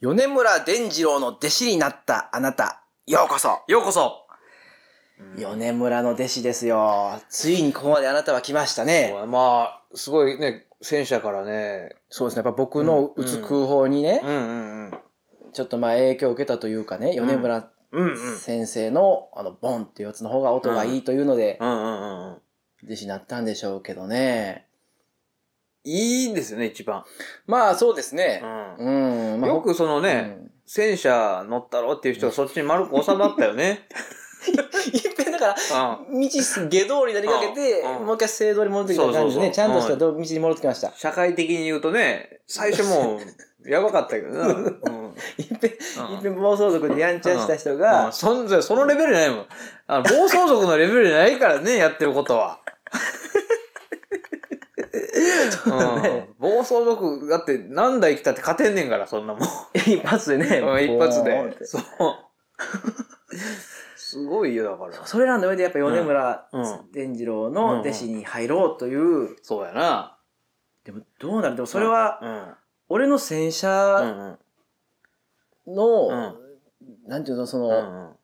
米村伝次郎の弟子になったあなた、ようこそようこそ、米村の弟子ですよ。ついにここまであなたは来ましたね。まあ、すごいね、戦車からね。そうですね。やっぱ僕の打つ空砲にね、うんうんうん。ちょっとまあ影響を受けたというかね、米村うんうん。先生のあのボンっていうやつの方が音がいいというので、うんうんうんうん。弟子になったんでしょうけどね。いいですよね、一番。まあそうですね。ううん。ん。まあよくそのうね、ん戦車乗ったろっていう人がそっちに丸く収まったよね。いっぺんだから、うん。道す下道になりかけて、うんうんもう一回正道に戻ってきた感じでね、そうそうそうちゃんとした道道に戻ってきました。社会的に言うとね、最初もう、やばかったけど な。うん。うんいっぺん、いっぺん暴走族でやんちゃした人うがん、そんなそのレベルじゃないもん。あの暴走族のレベルじゃないから ね、やってることは。うん、暴走族、だって何台来たって勝てんねんから、そんなもん。一発でね、うん一発ボーンってで。そう。すごいよ、だから。それらの上でやっぱ米村うんうん伝次郎の弟子に入ろうという、そうやな。でもどうなるでもそれはうん。俺の戦う車んの、うんなんていうのその、うん。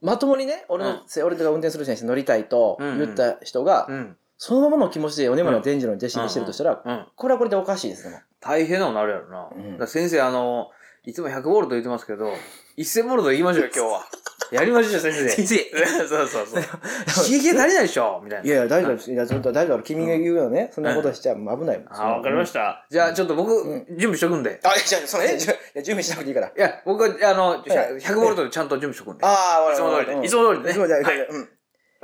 まともにね俺の、俺とか運転する人に乗りたいとうんうん言った人が、うん。そのままの気持ちで米村伝次郎の弟子にしてるとしたら、うん。これはこれでおかしいですね。 大変なのなるやろな。うんだから先生、あの、いつも100ボルト言ってますけど、1000ボルト行きましょうよ、今日は。やりましょう、先生。先そうそうそう。刺激が足りないでしょみたいいな。やいや、大丈夫です。いや、ちょっと大丈夫。君が言うよね。そんなことしちゃ危ないもん。。あ、わかりましたた。じゃあ、ちょっと僕うん、準備しとくんで。あ、いやじゃあ、その、え、じ ゃあいや準備しなくていいから。いや、僕は、あの、ええ100ボルトでちゃんと準備しとくんで。ああ、わいつも通りうんで。いつも通りでね。いつもじゃあ、はいうん。よよ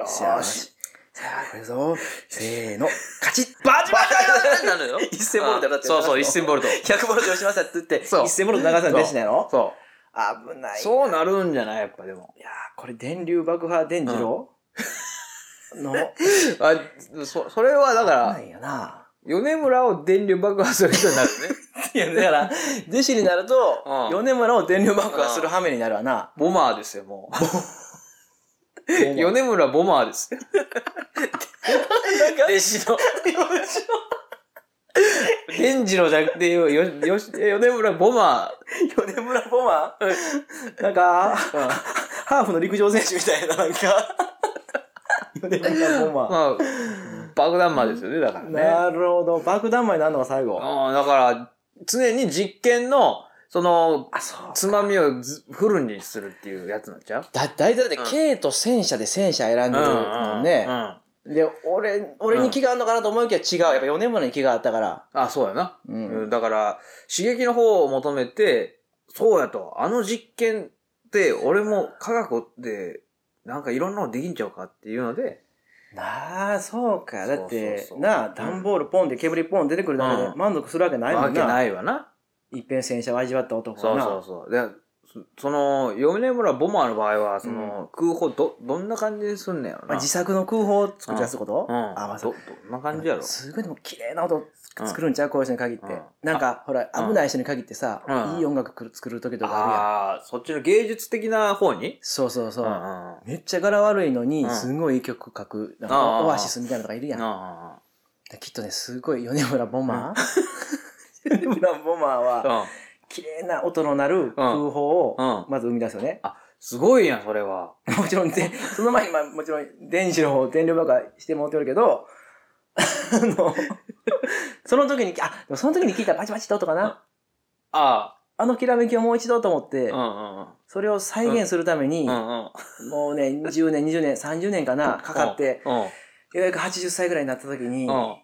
ーーし。し。さあ、これぞ。せーの。カチッ。バチバチバチなのよ。 1000ボルトだってそうそう、1000ボルト。 100ボルト押しましたって言って、そう1000ボルト流さん弟子なのそ危なう。い。そうなるんじゃないやっぱでも。いやーこれ電流爆破電次郎の、あ、そ、それはだかなら、んやな。米村を電流爆破する人になるね。いや、だから、弟子になると、うん米村を電流爆破する羽目になるわな。ボマーですよ、もう。米米村ボマーです。村弟子の。伝次郎じゃなくて、よ、よし、米村ボマ米村ボマンなんか、ハーフの陸上選手みたいな、なんか。米村ボー。マまあ、爆弾魔ですよね、だからン。ね。なるほど。爆弾魔になるのが最後。うん、だから、常に実験の、その、あ、そう。つまみをずフルにするっていうやつになっちゃうだ、大体だって、うん軽と戦車で戦車選んでるもんうね。ん。で、俺、俺に気があるのかなと思いきや違う。やっぱ米村に気があったから。あ、そうやな。う。うんん、だから、刺激の方を求めて、そうやと、あの実験って、俺も科学で、なんかいろんなのできんちゃうかっていうので、なあ、そうか。だって、そうそうそうなあ、段ボールポンで煙ポン出てくるだけうでん満足するわけないもわんけな。ないわな。いっぺん戦車を味わった男そはうな。そうそう。で、そその、米村ボマーの場合は、その、空砲ど、どんな感じにすんねやろまあ、な。自作の空砲を作り出すこと、うん。あ、まあ、ど、どんな感じやろ。すごいでも綺麗な音うん作るんちゃう、こういう人に限って、うんなんかほらうん危ない人に限ってさ、うんいい音楽くる作る時とかあるやんああー、そっちの芸術的な方にそうそうそう、うんうんうん。めっちゃ柄悪いのに、うんすごいいい曲書くなんあかあオアシスみたいなのがいるやん、あきっとねすごい米村ボマー、米村ボマーあはああ綺麗な音の鳴る空砲をうんうんまず生み出すよね、すごいやん、それは。もちろんで その前に、まあ、もちろん電子の方を電流爆破してもらってるけど あの その時にあでもその時に聞いたパチパチって音かな、うんああのきらめきをもう一度と思って、あ、うそれを再現するために、んうんうん。うんうん。もうね、10年、20年、30年かな、かかって、うん。ようやく80歳ぐらいになった時に、うん。よ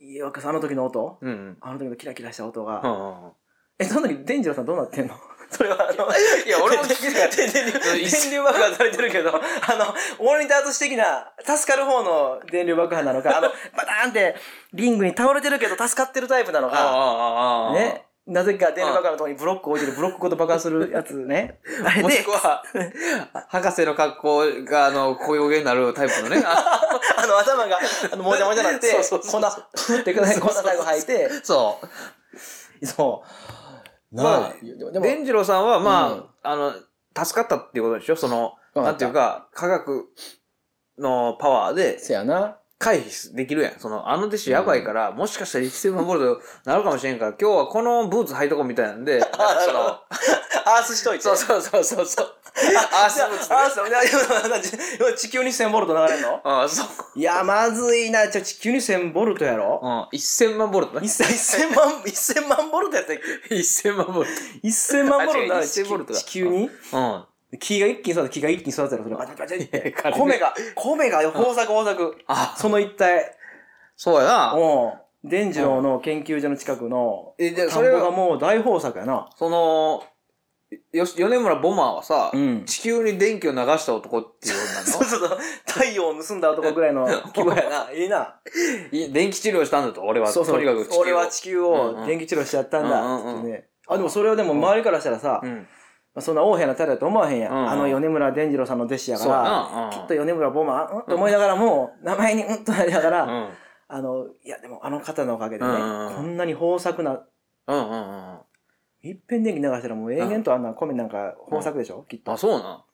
うやくあの時の音、うんうん。あの時のキラキラした音うが、んうんうん。え、その時、伝次郎さんどうなってんの それは、あの、い や、俺も聞き たかった。電流電流爆破されてるけど、あの、モニターとして的な、助かる方の電流爆破なの か、あの、バターンって、リングに倒れてるけど、助かってるタイプなのああ、か、ああ、ああ。ね。。なぜか電流爆破のところにブロックを置いてる、ブロックごと爆破するやつね。あれ もでし、くは、 博士の格好が、あの、こういうになるタイ プのね。ああの頭があのもじゃもじゃなって そうそうそう粉プーってください粉最後吐いてそそうまあでもう。で伝次郎さんは、うまんあ、あの、助かったっていうことでしょその、もなんていうか、科学のパワーで、せやな回避できるやん。その、あの弟子やばいから、もしかしたら1000万ボルト なるかもしれんから、今日はこのブーツ履いとこうみたいなんで、 なんかその、アースしといて。そうそうそうそうそう。アーアーススブブーーツツで。でアースで今地球に1000ボルト流れんのああ、そう。いや、まずいな。ちょ、地球に1000ボルトやろうん、1000万ボルト ね。 1000 1000万、1000万ボルトやったっけ1000万ボル ?1000 万ボルトだあ違う1000ボルトだ地球にト。うん。木が一気に育て、木が一気に育てたら、それバチバチバチっていや。軽い米が、米が豊作豊作。あ、その一帯。そうやな。うん。伝次郎の研究所の近くの、え、じゃあ田そんぼれがは、もう大豊作やな。その、よし、米村ボマーはさ、うん地球に電気を流した男っていう女そうそうそう。太陽を盗んだ男ぐらいの規模やな。いい な。のい、電気治療したんだと、俺は。そうそう。とにかく地球を俺は地球を電気治療しちゃったんだ。うんうんつってね。あ、でもそれはでも周りからしたらさ、うまん。あそんな大変な態度だと思わへんやん。うんうんあの米村伝次郎さんの弟子やそかうやら、な。きっと米村ボマー、うんと思いながらも、名前にうんとなりながうら、ん。あの、いやでもあの方のおかげでね、うんうんうんこんなに豊作な、うんうんうんうん。いっぺん電気流したらもう永遠とあんな米なんか豊作でしょ、きっとあ、。そうな。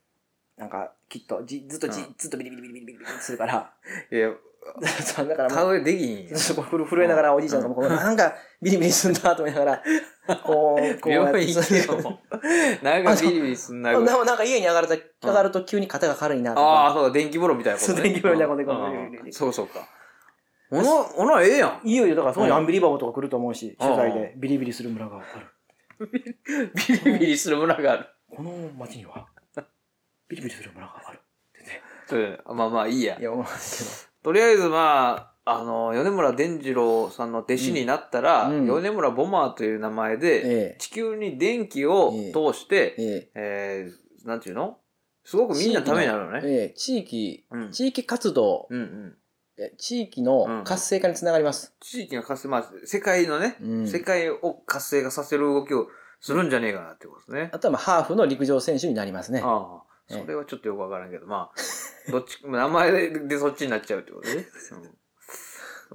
なんか、きっとじ、ずっとじ、うんずっとビリビリビリビリビリするから。いや、 そうだからもう田植えでき ひんやん。ちょっとこう震えながらおじいちゃんがもこうなんかビリビリすんなと思いながら、こ う、こうやっ病て院行けよ。もうなんかビリビリすんなでぐもらい。なんか家に上がると、上がると急に肩が軽いなとああ、か。そうだ、電気風呂みたいなことそね。う電気風呂みたいなことでこううんビリビリビリそうそうか。おの、おのええ やん。いよいよだからそこにアンビリバボーとか来ると思うし、うん取材でビリビリする村がある。ビリビリする村がある。この町には、ビリビリする村がある。ってね。うんまあまあいいやい。や、思うんですとりあえずまあ、あの、米村伝次郎さんの弟子になったら、うんうん米村ボマーという名け前ど。で、え地球に電気を通して、え、ええー、なんていうのすごくみんなためになるのえ、ね。ええ、地域、うん。地域活動、うんうん。え地域の活性化につながります。地域の活性、まあ、世界のね、うん世界を活性化させる動きをするんじゃねえかなってことですね。あとはまあハーフの陸上選手になりますね。ああ、それはちょっとよくわからんけど、まあ、どっち、 名前ででそっちになっちゃうってことね。うん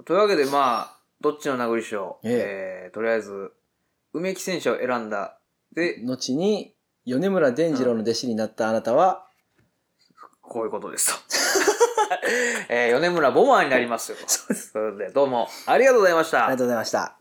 というわけで、まあ、どっちの殴り賞、ええーとりあえず、梅木選手を選んだ。で、後に、米村伝次郎の弟子になったあなたは、こういうことです と。えー、米村ボマーになりますよ。そうです。それで、どうもありがとうございましたありが。とうございました。